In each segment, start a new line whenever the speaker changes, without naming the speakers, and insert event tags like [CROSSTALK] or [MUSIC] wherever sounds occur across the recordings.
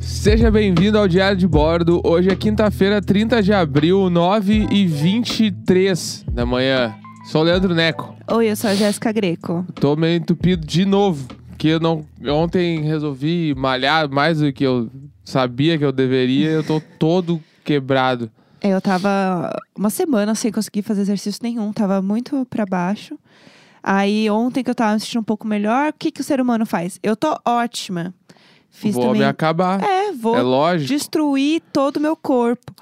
Seja bem-vindo ao Diário de Bordo. Hoje é quinta-feira, 30 de abril, 9 e 23 da manhã. Sou o Leandro Neco.
Oi, eu sou a Jéssica Greco.
Tô meio entupido de novo, que eu não eu ontem resolvi malhar mais do que eu sabia que eu deveria, eu tô todo quebrado.
É, Eu tava uma semana sem conseguir fazer exercício nenhum, tava muito pra baixo. Aí ontem que eu tava me sentindo um pouco melhor, o que, que o ser humano faz? Eu tô ótima. Fiz
vou
também.
me acabar.
É, vou
É lógico.
destruir todo o meu corpo.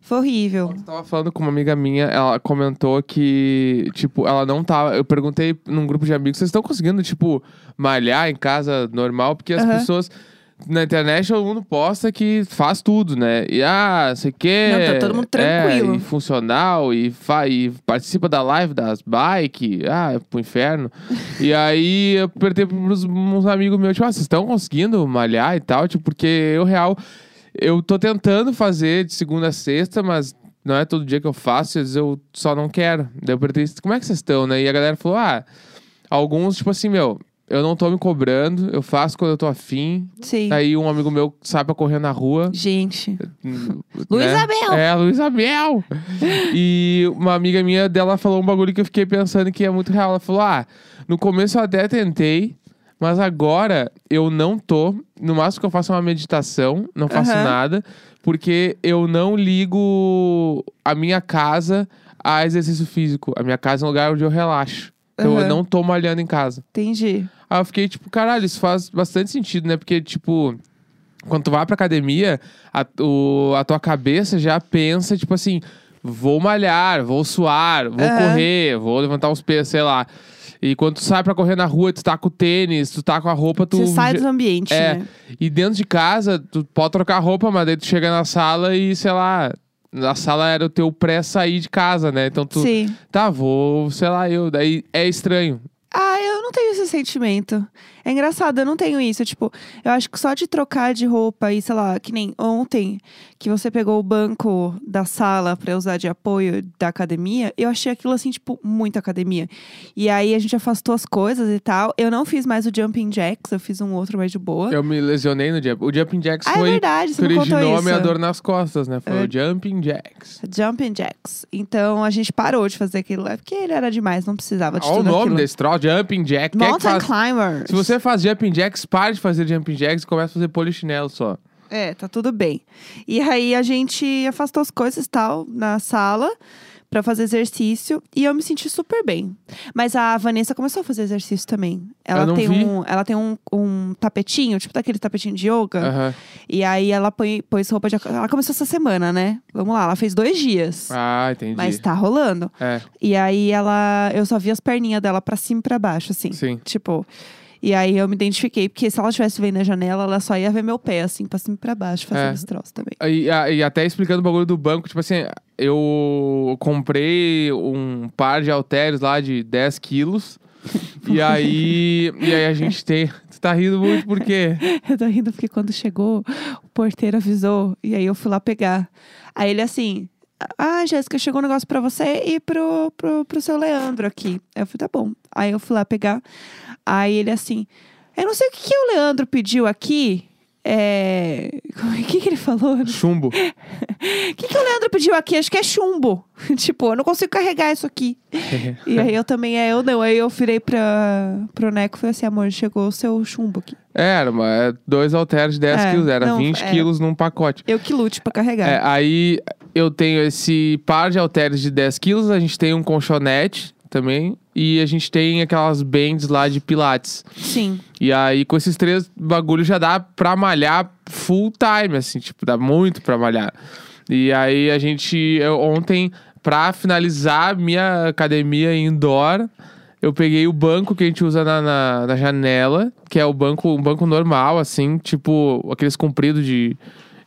Foi horrível.
Eu tava falando com uma amiga minha, ela comentou que, tipo, ela não tava. Eu perguntei num grupo de amigos, vocês estão conseguindo, tipo, malhar em casa normal? Porque as
Aham.
pessoas. Na internet todo mundo posta que faz tudo, né? E ah, sei que.
Não, tá todo mundo tranquilo.
É, e funcional, e, fa e participa da live das bike, ah, é pro inferno. e aí eu perguntei pros uns amigos meus, tipo, ah, vocês estão conseguindo malhar e tal? Tipo, porque eu real. Eu tô tentando fazer de segunda a sexta, mas não é todo dia que eu faço, às vezes eu só não quero. Daí eu perguntei, como é que vocês estão, né? E a galera falou, ah, alguns, tipo assim, meu, eu não tô me cobrando, eu faço quando eu tô afim.
Sim.
Aí um amigo meu sai pra correr na rua.
Gente,
[LAUGHS] hum, né?
Luísa Mel!
É, Luísa Mel! e uma amiga minha dela falou um bagulho que eu fiquei pensando que é muito real. Ela falou, ah, no começo eu até tentei, mas agora eu não tô. No máximo que eu faço é uma meditação, não faço
Aham.
nada, porque eu não ligo a minha casa a exercício físico. A minha casa é um lugar onde eu relaxo. Então eu
Aham.
não tô malhando em casa.
entendi.
Aí eu fiquei tipo, caralho, isso faz bastante sentido, né? Porque, tipo, quando tu vai pra academia, a, o- a tua cabeça já pensa, tipo assim, vou malhar, vou suar, vou
Aham.
correr, vou levantar uns pesos, sei lá. E quando tu sai pra correr na rua, tu tá com o tênis, tu tá com a roupa, tu.
Você sai
já-
do ambiente,
É.
né?
E dentro de casa, tu pode trocar a roupa, mas daí tu chega na sala e, sei lá, na sala era o teu pré-sair de casa, né? Então tu.
Sim.
Tá, vou, sei lá, eu. Daí é estranho.
Ah, eu não tenho esse sentimento. É engraçado, eu não tenho isso. Tipo, eu acho que só de trocar de roupa e, sei lá, que nem ontem, que você pegou o banco da sala pra usar de apoio da academia, eu achei aquilo assim, tipo, muito academia. E aí a gente afastou as coisas e tal. Eu não fiz mais o jumping jacks, eu fiz um outro mais de boa.
Eu me lesionei no jump. O jumping jacks
ah, é
foi
verdade,
que
você não contou
originou a
isso.
minha dor nas costas, né? Foi
É.
o jumping jacks.
Jumping jacks. Então a gente parou de fazer aquilo lá, porque ele era demais, não precisava de
Olha o
tudo
nome
aquilo.
desse troço, jumping jack. Quem é que
Mountain
faz?
climbers.
Se você faz jumping jacks, pare de fazer jumping jacks e começa a fazer polichinelo só.
É, tá tudo bem. E aí a gente afastou as coisas tal na sala pra fazer exercício e eu me senti super bem. Mas a Vanessa começou a fazer exercício também. Ela
Eu não
tem
vi.
um, ela tem um, um tapetinho, tipo daquele tapetinho de yoga.
Aham.
E aí ela põe, pôs roupa de ac- ela começou essa semana, né? Vamos lá, ela fez dois dias.
Ah, entendi.
Mas tá rolando.
É,
E aí ela, eu só vi as perninhas dela pra cima e pra baixo assim.
sim.
Tipo, e aí eu me identifiquei, porque se ela estivesse vendo a janela, ela só ia ver meu pé, assim, pra cima e pra baixo, fazendo
É.
esse troço também. [LAUGHS]
E, a- e até explicando o bagulho do banco, tipo assim, eu comprei um par de halteres lá de 10
[LAUGHS]
quilos. e aí. E aí a gente tem. Tu tá rindo muito por quê?
Eu tô rindo porque quando chegou, o porteiro avisou, e aí eu fui lá pegar. Aí ele assim. Ah, Jéssica, chegou um negócio pra você e pro, pro, pro seu Leandro aqui. Aí eu falei, tá bom. Aí eu fui lá pegar. Aí ele assim, eu não sei o que, que o Leandro pediu aqui. É. [LAUGHS] Como é que, que ele falou? [LAUGHS]
Chumbo.
O que, que o Leandro pediu aqui? Acho que é chumbo. [LAUGHS] tipo, eu não consigo carregar isso aqui. E
[LAUGHS]
aí eu também, é, eu não. Aí eu virei pra, pro Neco e falei assim, amor, chegou o seu chumbo aqui.
É, Era, mas dois halteres de 10
É,
quilos, era
não,
20
é.
quilos num pacote.
Eu que lute pra carregar.
É, aí eu tenho esse par de halteres de 10 quilos, a gente tem um colchonete também, e a gente tem aquelas bands lá de pilates.
Sim.
E aí com esses três bagulhos já dá pra malhar full time, assim, tipo, dá muito pra malhar. E aí a gente, eu, ontem, pra finalizar minha academia indoor, eu peguei o banco que a gente usa na, na, na janela, que é o banco, um banco normal, assim, tipo, aqueles compridos de...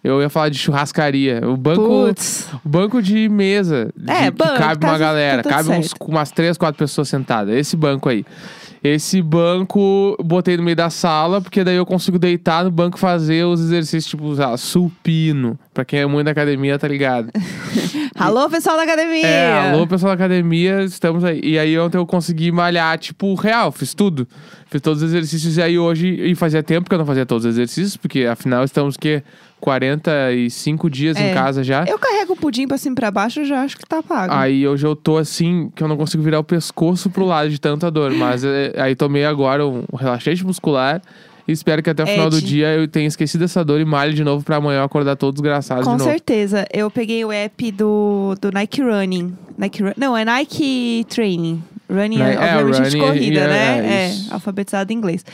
Eu ia falar de churrascaria. O banco,
Putz.
o banco de mesa. de-
É,
que
banco,
cabe
tá
uma
tudo
galera. cabe uns-
certo.
umas três, quatro pessoas sentadas. Esse banco aí. Esse banco eu botei no meio da sala, porque daí eu consigo deitar no banco e fazer os exercícios, tipo, sei lá, supino. Pra quem é muito da academia, tá ligado?
Alô, pessoal da academia!
É, alô, pessoal da academia, estamos aí. E aí ontem eu consegui malhar, tipo, real, fiz tudo. Fiz todos os exercícios e aí hoje, e fazia tempo que eu não fazia todos os exercícios, porque afinal estamos que 45 dias
É.
em casa já.
Eu carrego o pudim pra cima e pra baixo, eu já acho que tá pago.
Aí hoje eu tô assim, que eu não consigo virar o pescoço pro lado de tanta dor. Mas é, aí tomei agora um relaxante muscular. E espero que até o final do
Ed.
dia eu tenha esquecido essa dor e malhe de novo pra amanhã eu acordar todo desgraçado
Com
de novo.
certeza. Eu peguei o app do, do Nike Running. Nike Run- Não, é Nike Training. Running
Ni-
é,
é,
obviamente, de
running,
corrida,
é,
né?
é,
É,
isso.
alfabetizado em inglês.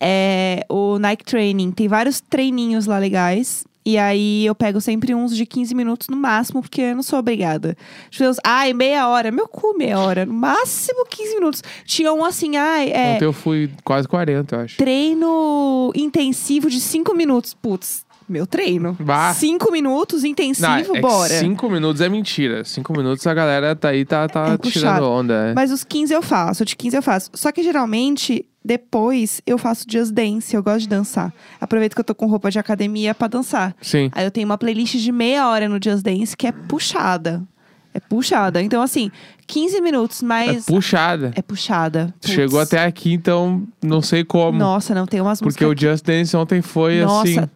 É, o Nike Training. Tem vários treininhos lá legais. E aí eu pego sempre uns de 15 minutos no máximo, porque eu não sou obrigada. Tipo, eu- ai, meia hora. Meu cu, meia hora. No máximo 15 minutos. Tinha um assim, ai, é,
Ontem eu fui quase 40, eu acho.
treino intensivo de 5 minutos. Putz, meu treino.
Bah.
5 minutos intensivo,
Não, é que
bora.
Cinco minutos é mentira. Cinco minutos a galera tá aí, tá, tá
É puxado.
tirando onda. é.
Mas os 15 eu faço, de 15 eu faço. Só que geralmente, depois, eu faço just dance, eu gosto de dançar. Aproveito que eu tô com roupa de academia pra dançar.
Sim.
Aí eu tenho uma playlist de meia hora no Just Dance que é puxada. É puxada. Então, assim, 15 minutos,
É
mas
puxada.
é puxada. Putz.
Chegou até aqui, então não sei como.
Nossa, não, tem umas
porque
músicas
o Just Dance ontem foi
Nossa,
assim.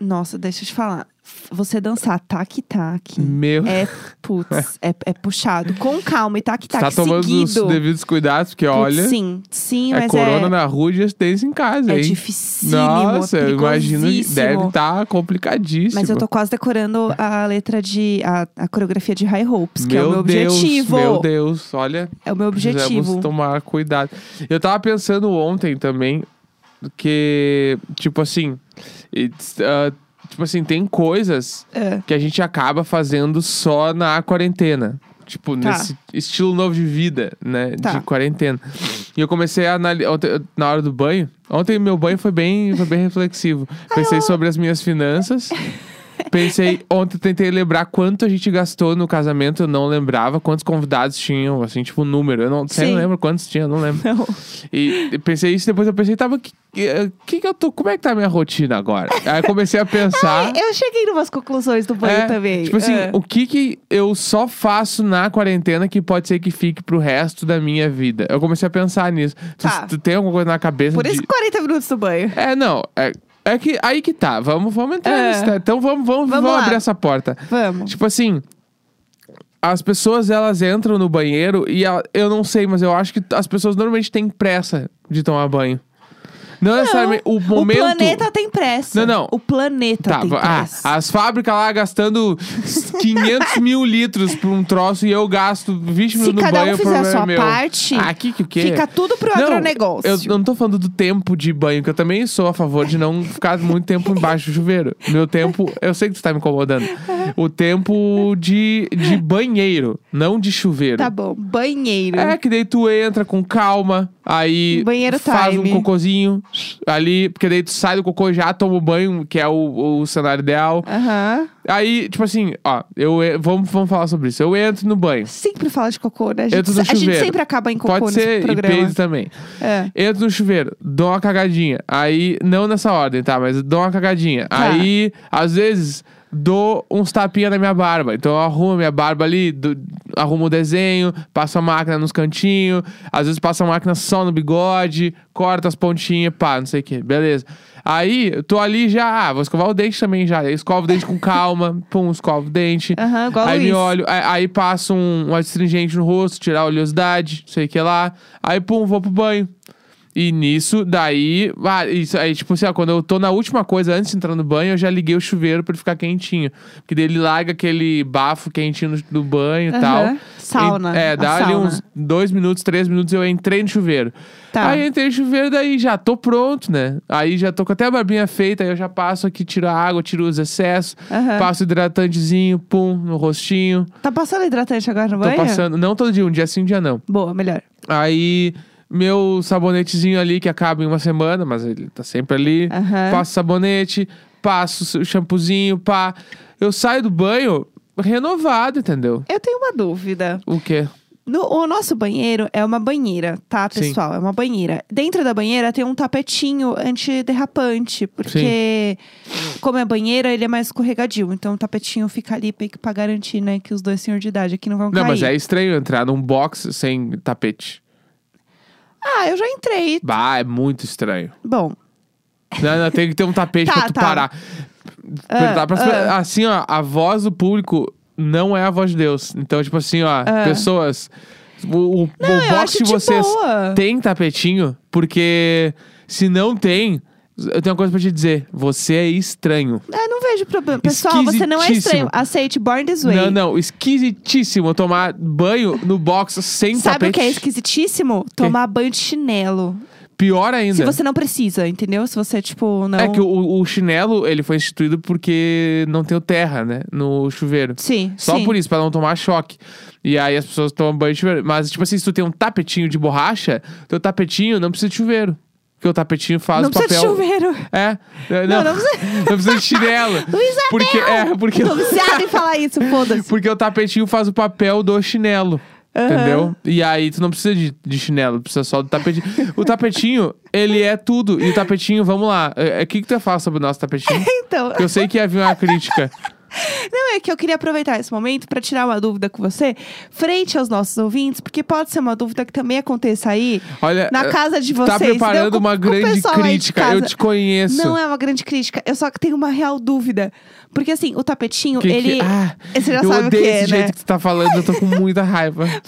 Nossa, deixa eu te falar. Você dançar tac-tac
Meu.
é,
[LAUGHS]
putz, é, é puxado. Com calma e
Você tá
tac-tac
tomando os
seguido.
devidos cuidados, porque
Putz,
olha.
Sim, sim,
é
mas
corona
é,
na rua e Just Dance em casa,
é
hein?
dificílimo,
Nossa, eu imagino que
perigosíssimo.
deve estar complicadíssimo.
Mas eu tô quase decorando a letra de... A, a coreografia de High Hopes, que é o meu
Deus,
objetivo.
Meu Deus, olha.
É o meu objetivo.
Precisamos tomar cuidado. Eu tava pensando ontem também que, tipo assim, it's, ah, tipo assim, tem coisas
É.
que a gente acaba fazendo só na quarentena. Tipo,
Tá.
nesse estilo novo de vida, né?
Tá.
De quarentena. E eu comecei a analisar na hora do banho. Ontem meu banho foi bem, foi bem
[LAUGHS]
reflexivo. Pensei sobre as minhas finanças. Pensei, ontem tentei lembrar quanto a gente gastou no casamento, eu não lembrava, quantos convidados tinham, assim, tipo, o número. Eu não, sério,
Sim.
não lembro quantos tinha, eu não lembro.
Não.
E e pensei isso, depois eu pensei, tava, que, eh, que que eu tô, como é que tá a minha rotina agora? Aí eu comecei a pensar.
Eu cheguei em umas conclusões do banho
Tá. É,
também.
Tipo assim,
É.
o que que eu só faço na quarentena que pode ser que fique pro resto da minha vida? Eu comecei a pensar nisso. Tu-
Tá.
Tu, tem alguma coisa na cabeça
Por
de...
isso 40 minutos do banho.
É, não. É, é que aí que tá. Vamos, vamos entrar
É.
nisso, tá? Então vamos, vamos,
Vamos
vamos
lá.
abrir essa porta.
Vamos.
Tipo assim, as pessoas elas entram no banheiro e a- eu não sei, mas eu acho que as pessoas normalmente têm pressa de tomar banho. Não, necessariamente o momento.
O planeta tem pressa.
Não, não.
O planeta
Tá,
tem
va- ah,
pressa.
as fábricas lá gastando 500 mil litros por um troço e eu gasto 20
Se
mil no
cada um
banho. o
fizer a
problema é
sua
meu.
parte,
Ah, que que o quê?
Fica tudo pro
Não,
agronegócio.
Eu não tô falando do tempo de banho, que eu também sou a favor de não ficar muito tempo embaixo do chuveiro. Meu tempo, eu sei que tu tá me incomodando. O tempo de, de banheiro, não de chuveiro.
Tá bom. Banheiro.
É, que daí tu entra com calma, aí
Uhum. Banheiro
faz
time.
um cocôzinho ali, porque daí tu sai do cocô já toma o banho, que é o, o cenário ideal.
Aham.
Aí, tipo assim, ó, eu en- vamos, vamos falar sobre isso. Eu entro no banho.
Sempre fala de cocô, né? A
Eu
gente,
tô no
a gente
chuveiro.
sempre acaba em cocô
Pode
nesse
ser e
programa.
peido também.
É.
Entro no chuveiro, dou uma cagadinha. Aí, não nessa ordem, tá? Mas dou uma cagadinha.
Tá.
Aí, às vezes, dou uns tapinha na minha barba. Então, eu arrumo a minha barba ali, do- arrumo o desenho, passo a máquina nos cantinhos. Às vezes, passo a máquina só no bigode, corto as pontinhas, pá, não sei o que. Beleza. Aí, eu tô ali já, ah, vou escovar o dente também já. Aí, escovo o dente com calma, pum, escovo o dente.
Aham, igual
aí
o
me
Luiz.
olho, aí, aí passo um, um astringente no rosto, tirar a oleosidade, não sei o que lá. Aí, pum, vou pro banho. E nisso, daí. Ah, isso aí, tipo assim, ó, quando eu tô na última coisa, antes de entrar no banho, eu já liguei o chuveiro pra ele ficar quentinho. Porque daí ele larga aquele bafo quentinho no- do banho e tal.
Aham. Sauna,
E-
a
é, dá ali
sauna.
uns dois minutos, três minutos, eu entrei no chuveiro.
Tá.
Aí eu entrei no chuveiro, daí já tô pronto, né? Aí já tô com até a barbinha feita, aí eu já passo aqui, tiro a água, tiro os excessos,
Aham.
passo hidratantezinho, pum, no rostinho.
Tá passando hidratante agora no banho?
Tô passando, não todo dia, um dia sim, um dia não.
Boa, melhor.
Aí, meu sabonetezinho ali, que acaba em uma semana, mas ele tá sempre ali.
Aham.
Passo sabonete, passo o shampoozinho, pá. Eu saio do banho renovado, entendeu?
Eu tenho uma dúvida.
O quê?
No- o nosso banheiro é uma banheira, tá,
Sim.
pessoal? É uma banheira. Dentro da banheira tem um tapetinho antiderrapante, porque como é banheira, ele é mais escorregadio. Então o tapetinho fica ali meio que pra garantir, né, que os dois senhores de idade aqui não vão
Não,
cair.
mas é estranho entrar num box sem tapete.
Ah, eu já entrei.
Bah, é muito estranho.
Bom,
Não, não, tem que ter um tapete
Tá,
pra tu
tá. Ah,
parar. Perguntar pras pe- Assim, ó, a voz do público não é a voz de Deus. Então, tipo assim, ó, pessoas. O, o,
Ah. Não,
o
eu
box
acho
de
de
vocês
boa.
tem tapetinho, porque se não tem, eu tenho uma coisa pra te dizer. Você é estranho.
ah, não vejo problema. Pessoal, você não é
Esquisitíssimo.
estranho. Aceite Born This Way.
Não, não, esquisitíssimo tomar banho no box sem
Sabe
um tapete.
o que é esquisitíssimo? Tomar banho de chinelo.
Pior ainda.
Se você não precisa, entendeu? Se você, tipo, não.
É que o, o chinelo, ele foi instituído porque não tem o terra, né? No chuveiro.
Sim.
Só
sim.
por isso, pra não tomar choque. E aí as pessoas tomam banho de chuveiro. Mas, tipo assim, se tu tem um tapetinho de borracha, teu tapetinho não precisa de chuveiro. Porque o tapetinho faz
Não
o papel.
precisa de chuveiro.
É. é, Não,
Não, não precisa.
não precisa de chinelo.
[LAUGHS] Luísa
porque, é, porque,
Tô viciada em falar isso,
[LAUGHS]
foda-se.
porque o tapetinho faz o papel do chinelo.
Aham.
Entendeu? E aí tu não precisa de, de chinelo, precisa só do tapetinho. o tapetinho, ele é tudo. E o tapetinho, vamos lá. é, é, O que, que tu ia falar sobre o nosso tapetinho?
[LAUGHS] Então,
Eu sei que ia vir uma crítica.
não é que eu queria aproveitar esse momento pra tirar uma dúvida com você, frente aos nossos ouvintes, porque pode ser uma dúvida que também aconteça aí
Olha,
na casa de
tá
vocês.
preparando
entendeu? Com-
uma
com o
grande
pessoal aí de
crítica. Eu
casa.
te conheço.
Não é uma grande crítica, eu só que tenho uma real dúvida. Porque assim, o tapetinho,
Que que-
ele.
Ah,
você já
eu
sabe o
odeio
que é,
esse
né?
jeito que tu tá falando, eu tô com muita
[LAUGHS]
raiva. [LAUGHS]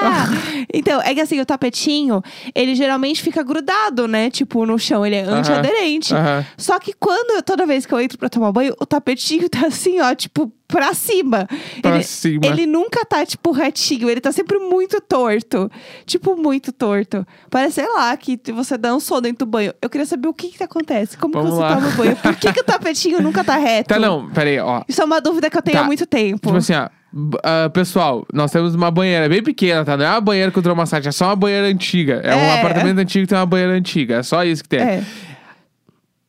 Para! então, é que assim, o tapetinho, ele geralmente fica grudado, né? Tipo, no chão, ele é
Aham,
antiaderente.
aham.
Só que quando, eu- toda vez que eu entro pra tomar banho, o tapetinho [LAUGHS] tá assim, ó, tipo, pra cima.
Pra
ele,
cima.
ele nunca tá, tipo, retinho, ele tá sempre muito torto. Tipo, muito torto. Parece, sei lá, que você dançou dentro do banho. Eu queria saber o que que acontece, como
Vamos
que você
lá.
toma banho, por que que o tapetinho nunca tá reto?
Tá, não, peraí, ó.
Isso é uma dúvida que eu tenho
Tá.
há muito tempo.
Tipo assim, ó. b- ah, pessoal, nós temos uma banheira bem pequena, tá? Não é uma banheira com hidromassagem, é só uma banheira antiga. É, um
É.
apartamento antigo que tem uma banheira antiga. É só isso que tem.
é.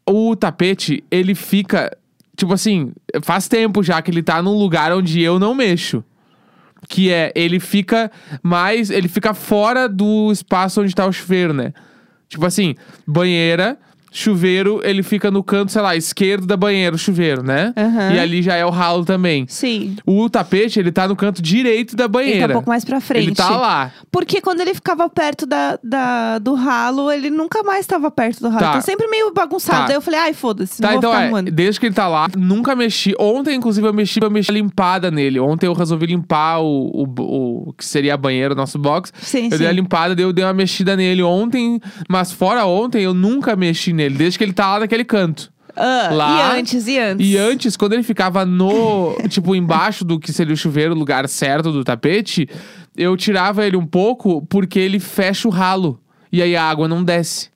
O tapete, ele fica. Tipo assim, faz tempo já que ele tá num lugar onde eu não mexo. Que é, ele fica mais. Ele fica fora do espaço onde tá o chuveiro, né? Tipo assim, banheira, chuveiro, ele fica no canto, sei lá, esquerdo da banheira, o chuveiro, né?
Aham.
E ali já é o ralo também.
Sim.
O tapete, ele tá no canto direito da banheira.
Ele tá um pouco mais pra frente.
Ele tá lá.
Porque quando ele ficava perto da, da- do ralo, ele nunca mais estava perto do ralo.
Tá.
Então sempre meio bagunçado.
Tá.
Aí eu falei, ai, foda-se,
Tá,
não vou
então
ficar
é,
arrumando.
desde que ele tá lá, nunca mexi. Ontem, inclusive, eu mexi pra mexer limpada nele. Ontem eu resolvi limpar o, o, o- o que seria a banheira, o nosso box.
Sim,
eu
sim.
dei a limpada, daí eu dei uma mexida nele ontem, mas fora ontem, eu nunca mexi nele, desde que ele tá lá naquele canto.
Ah,
lá,
E antes, e antes.
E antes, quando ele ficava
[LAUGHS]
no. tipo, embaixo do que seria o chuveiro, o lugar certo do tapete, eu tirava ele um pouco porque ele fecha o ralo. E aí a água não desce.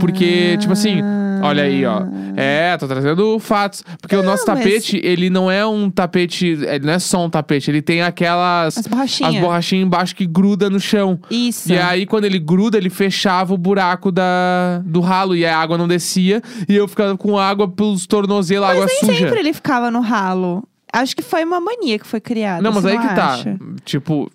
Porque,
Ah.
tipo assim, olha aí, ó. É, tô trazendo fatos. Porque o nosso
mas-
tapete, ele não é um tapete. Ele não é só um tapete, ele tem aquelas.
As borrachinhas.
as borrachinhas embaixo que gruda no chão.
Isso.
E aí, quando ele gruda, ele fechava o buraco da, do ralo e a água não descia. E eu ficava com água pelos tornozelos,
Mas
água
nem
suja.
sempre ele ficava no ralo. Acho que foi uma mania que foi criada.
não, mas
você
aí que tá.
acha?
Tipo,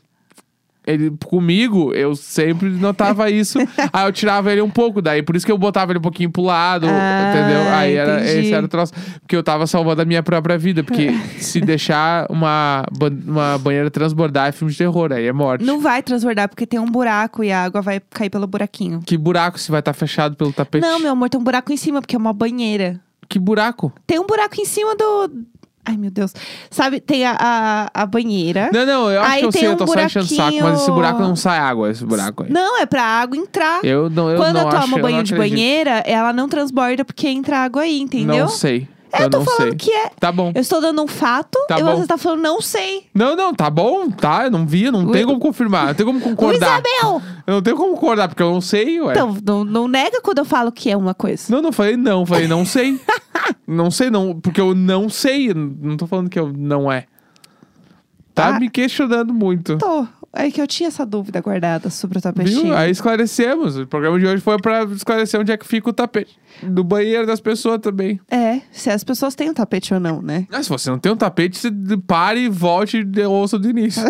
ele comigo, eu sempre
[LAUGHS]
notava isso. aí eu tirava ele um pouco, daí por isso que eu botava ele um pouquinho pro lado,
Ah,
entendeu? Aí era,
entendi.
esse era o troço. Porque eu tava salvando a minha própria vida.
[LAUGHS]
Porque se deixar uma, ban- uma banheira transbordar é filme de terror, aí é morte.
Não vai transbordar, porque tem um buraco e a água vai cair pelo buraquinho.
Que buraco se vai estar fechado pelo tapete?
Não, meu amor, tem um buraco em cima, porque é uma banheira.
Que buraco?
Tem um buraco em cima do. Ai, meu Deus. Sabe, tem a, a, a banheira.
Não, não, eu acho
Aí
que eu
tem
sei, eu
um
tô só enchendo o saco, mas esse
buraquinho-
buraco não sai água, esse buraco aí.
Não, é pra água entrar.
Eu não, eu
Quando
não
eu
acho,
tomo
eu
banho
não
é de
acredito.
banheira, ela não transborda porque entra água aí, entendeu?
Não sei.
É, eu tô
não
falando
sei.
que é.
Tá bom.
Eu estou dando um fato
Tá
e
bom.
você tá falando não sei.
Não, não, tá bom, tá? Eu não vi, não
Lu-
tem como confirmar, não tem como concordar.
Isabel!
Eu não tenho como concordar, porque eu não sei, ué.
Então, não, não nega quando eu falo que é uma coisa.
Não, não falei não, falei não
[LAUGHS]
sei. não sei não, porque eu não sei, eu não tô falando que eu não é. Tá
Tá.
me questionando muito.
Tô. É que eu tinha essa dúvida guardada sobre o tapetinho.
Viu? Aí esclarecemos. O programa de hoje foi pra esclarecer onde é que fica o tapete. Do banheiro das pessoas também.
É, se as pessoas têm o tapete ou não, né?
Ah, se você não tem um tapete, você pare, e volte e dê- ouça do
[LAUGHS]
início.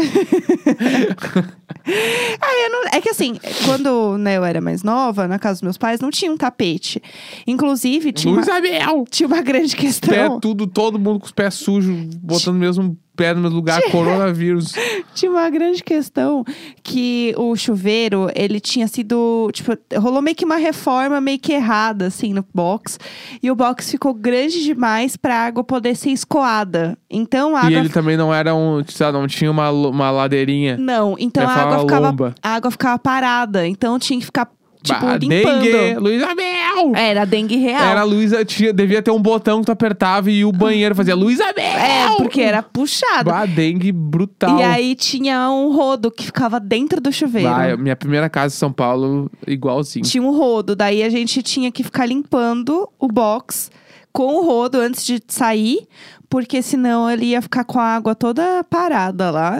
Ah, eu não- É que assim, quando né, eu era mais nova, na casa dos meus pais, não tinha um tapete. Inclusive, tinha,
Luiz
uma,
Abel!
tinha uma grande
Pé
questão.
tudo, todo mundo com os pés sujos, botando mesmo pé no mesmo lugar,
[LAUGHS]
coronavírus.
Tinha uma grande questão que o chuveiro, ele tinha sido. Tipo, rolou meio que uma reforma meio que errada, assim, no box. E o box ficou grande demais pra água poder ser escoada. Então a
E
água.
ele também não era um, sabe, não tinha uma, lo- uma ladeirinha.
Não, então
Eu
a
ia falar
água, ficava,
lomba.
a água ficava parada. Então tinha que ficar, tipo,
Bah,
limpando.
dengue, Luiz Abel!
Era dengue real.
Era a Luísa, tinha, devia ter um botão que tu apertava e o banheiro fazia Luiz Abel!
É, porque era puxado.
Bah, dengue brutal.
E aí tinha um rodo que ficava dentro do chuveiro.
Bah, eu- minha primeira casa em São Paulo, igualzinho.
Tinha um rodo, daí a gente tinha que ficar limpando o box com o rodo antes de sair, porque senão ele ia ficar com a água toda parada lá.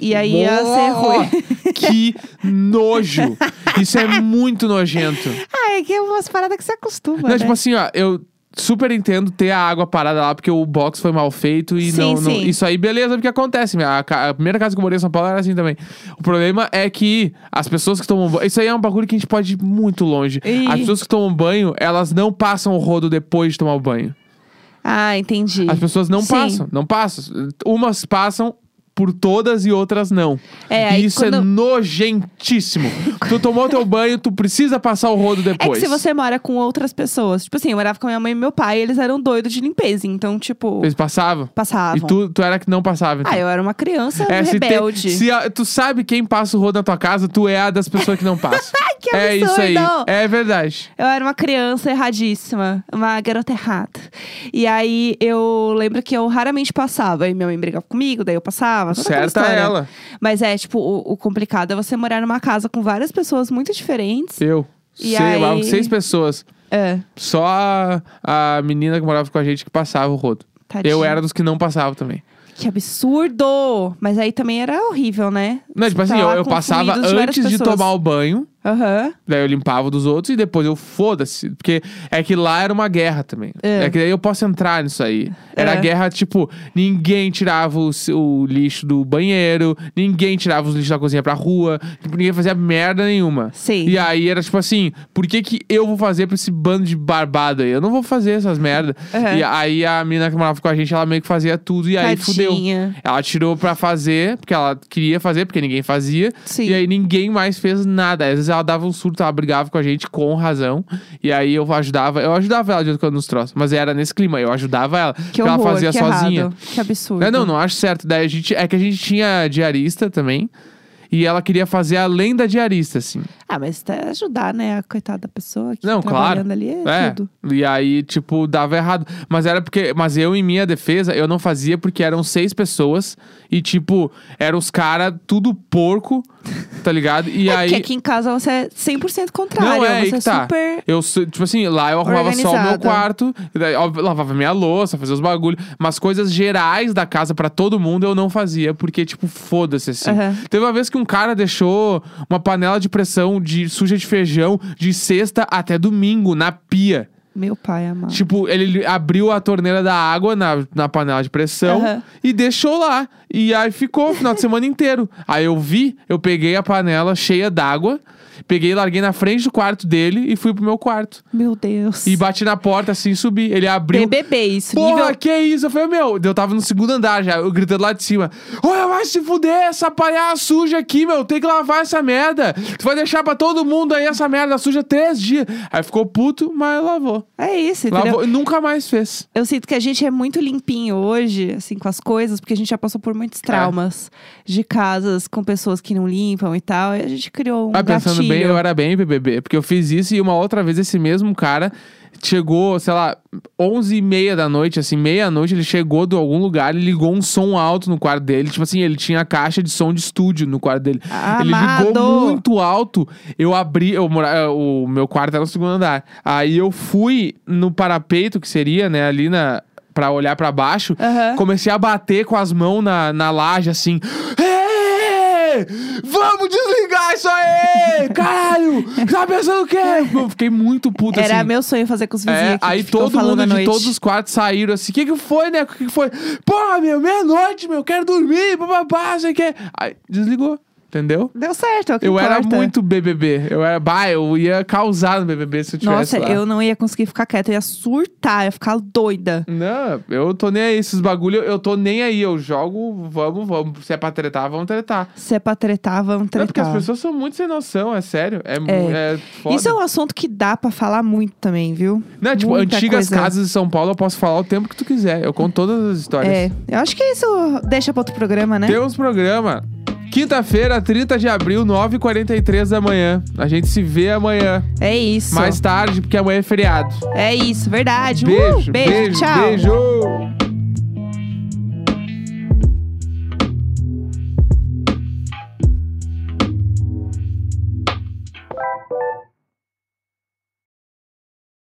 E aí ia ser ruim.
[LAUGHS] Que nojo! Isso é muito
[LAUGHS]
nojento.
Ah, é que é umas paradas que você acostuma,
Não,
né?
tipo assim, ó, eu super entendo ter a água parada lá porque o box foi mal feito e
Sim,
não, não-
sim.
Isso aí, beleza, porque acontece. Minha- A, ca- a primeira casa que eu morei em São Paulo era assim também. O problema é que as pessoas que tomam banho. Isso aí é um bagulho que a gente pode ir muito longe.
Ih.
As pessoas que tomam banho, elas não passam o rodo depois de tomar o banho.
Ah, entendi.
As pessoas não
Sim.
passam, não passam. Umas passam por todas e outras não.
É,
e
aí
isso é
quando- [LAUGHS]
nojentíssimo. tu tomou teu banho, tu precisa passar o rodo
É que
depois.
se você mora com outras pessoas, tipo assim, eu morava com a minha mãe e meu pai, eles eram doidos de limpeza, então, tipo,
Eles passavam?
passavam.
é. E tu, tu era que não passava, então.
Ah, eu era uma criança
É, se tem-
rebelde.
se a- tu sabe quem passa o rodo na tua casa, tu é a das pessoas que não
[LAUGHS]
passa.
Que
é isso aí.
absurdo!
É verdade.
Eu era uma criança erradíssima, uma garota errada. E aí eu lembro que eu raramente passava. E minha mãe brigava comigo, daí eu passava. toda aquela
Certa
história.
ela.
Mas é, tipo, o, o complicado é você morar numa casa com várias pessoas muito diferentes.
Eu.
E
sei, eu morava
aí-
com seis pessoas.
É,
Só a, a menina que morava com a gente que passava o rodo.
tadinho.
Eu era dos que não passava também.
Que absurdo! Mas aí também era horrível, né?
Não, tipo assim,
Tá
eu,
lá
eu
com
passava
fluidos de várias
antes de
pessoas.
tomar o banho,
Aham.
daí eu limpava dos outros e depois eu foda-se. Porque é que lá era uma guerra também.
É.
É, que daí eu posso entrar nisso aí. Era
É.
guerra, tipo, ninguém tirava o, se- o lixo do banheiro, ninguém tirava os lixos da cozinha pra rua, tipo, ninguém fazia merda nenhuma.
Sim.
E aí era tipo assim, por que que eu vou fazer pra esse bando de barbado aí? Eu não vou fazer essas merdas.
Aham.
E aí a mina que morava com a gente, ela meio que fazia tudo e aí fudeu.
Tadinha.
Ela tirou pra fazer, porque ela queria fazer, porque ninguém fazia.
Sim.
E aí ninguém mais fez nada. Às vezes ela dava um surto, ela brigava com a gente com razão. E aí eu ajudava, eu ajudava ela de vez em quando nos troços. Mas era nesse clima, eu ajudava ela.
Que
porque ela
horror,
fazia
que
sozinha.
errado. Que absurdo.
É, não, não acho certo. Daí a gente. É que a gente tinha diarista também. E ela queria fazer além da diarista, assim.
Ah, mas até ajudar, né? A coitada da pessoa que
Não,
tá
claro.
trabalhando ali é, tudo.
E aí, tipo, dava errado. Mas era porque. Mas eu, em minha defesa, eu não fazia porque eram seis pessoas. E, tipo, eram os caras tudo
[LAUGHS]
porco, tá ligado? E
é
aí.
porque aqui em casa você é 100% contrário.
Não, é aí
você
que tá.
super.
Eu, sou- tipo assim, lá eu arrumava só o meu
Organizada.
quarto, e daí, óbvio, lavava minha louça, fazia os bagulhos, mas coisas gerais da casa pra todo mundo eu não fazia, porque, tipo, foda-se assim.
Aham.
Teve uma vez que um cara deixou uma panela de pressão de suja de feijão de sexta até domingo na pia.
Meu pai amado.
Tipo, ele abriu a torneira da água na, na panela de pressão
Aham.
e deixou lá. E aí ficou o final de semana inteiro. Aí eu vi, eu peguei a panela cheia d'água, peguei, larguei na frente do quarto dele e fui pro meu quarto.
Meu Deus.
E bati na porta assim e subi. Ele abriu.
BBB, isso.
Porra,
nível...
que isso? Eu falei, meu, eu tava no segundo andar já, eu gritando lá de cima. Olha, vai se fuder, essa palha suja aqui, meu, tem que lavar essa merda. Tu vai deixar pra todo mundo aí essa merda suja três dias. Aí ficou puto, mas lavou.
É isso, entendeu?
Lavou e nunca mais fez.
Eu sinto que a gente é muito limpinho hoje, assim, com as coisas, porque a gente já passou por muitos
É.
traumas de casas com pessoas que não limpam e tal. E a gente criou um
Ah, pensando
gatilho.
bem, eu era bem BBB, porque eu fiz isso e uma outra vez esse mesmo cara chegou, sei lá, 11 e meia da noite, assim, meia-noite, ele chegou de algum lugar e ligou um som alto no quarto dele. Tipo assim, ele tinha a caixa de som de estúdio no quarto dele. Ele
Ah, Amado!
ligou muito alto. Eu abri, eu mora, eh, o meu quarto era no segundo andar. Aí eu fui no parapeito, que seria, né, ali na. Pra olhar pra baixo,
Aham.
comecei a bater com as mãos na, na laje, assim. "É!" aí! Vamos desligar isso aí! Caralho! Tá pensando
[LAUGHS]
o quê? Eu fiquei muito puto
Era
assim.
meu sonho fazer com os vizinhos
É,
aqui, que
aí
ficam
todo
falando
mundo
à
de
noite.
todos os quartos saíram assim. O que que foi, né? O que que foi? Porra, meu, meia-noite, meu, quero dormir, papapá, sei o quê. Aí desligou, entendeu?
Deu certo, é o que
Eu era
importa.
muito BBB. Eu era, bah, eu ia causar no BBB se eu tivesse
Nossa,
lá.
eu não ia conseguir ficar quieta, eu ia surtar, eu ia ficar doida.
Não, eu tô nem aí, esses bagulho, eu tô nem aí. Eu jogo, vamos, vamos. Se é pra tretar, vamos tretar.
Se é pra tretar, vamos
Não, porque as
tretar.
pessoas são muito sem noção, é sério. É, mu- é foda.
Isso é um assunto que dá pra falar muito também, viu?
Não, tipo,
muita
antigas
coisa.
casas de São Paulo, eu posso falar o tempo que tu quiser. Eu conto todas as histórias.
É, eu acho que isso deixa pra outro programa, né?
Temos programa. Quinta-feira, 30 de abril, 9h43 da manhã. A gente se vê amanhã.
É isso.
Mais tarde, porque amanhã é feriado.
É isso, verdade. Uh,
Beijo,
beijo, tchau.
Beijo.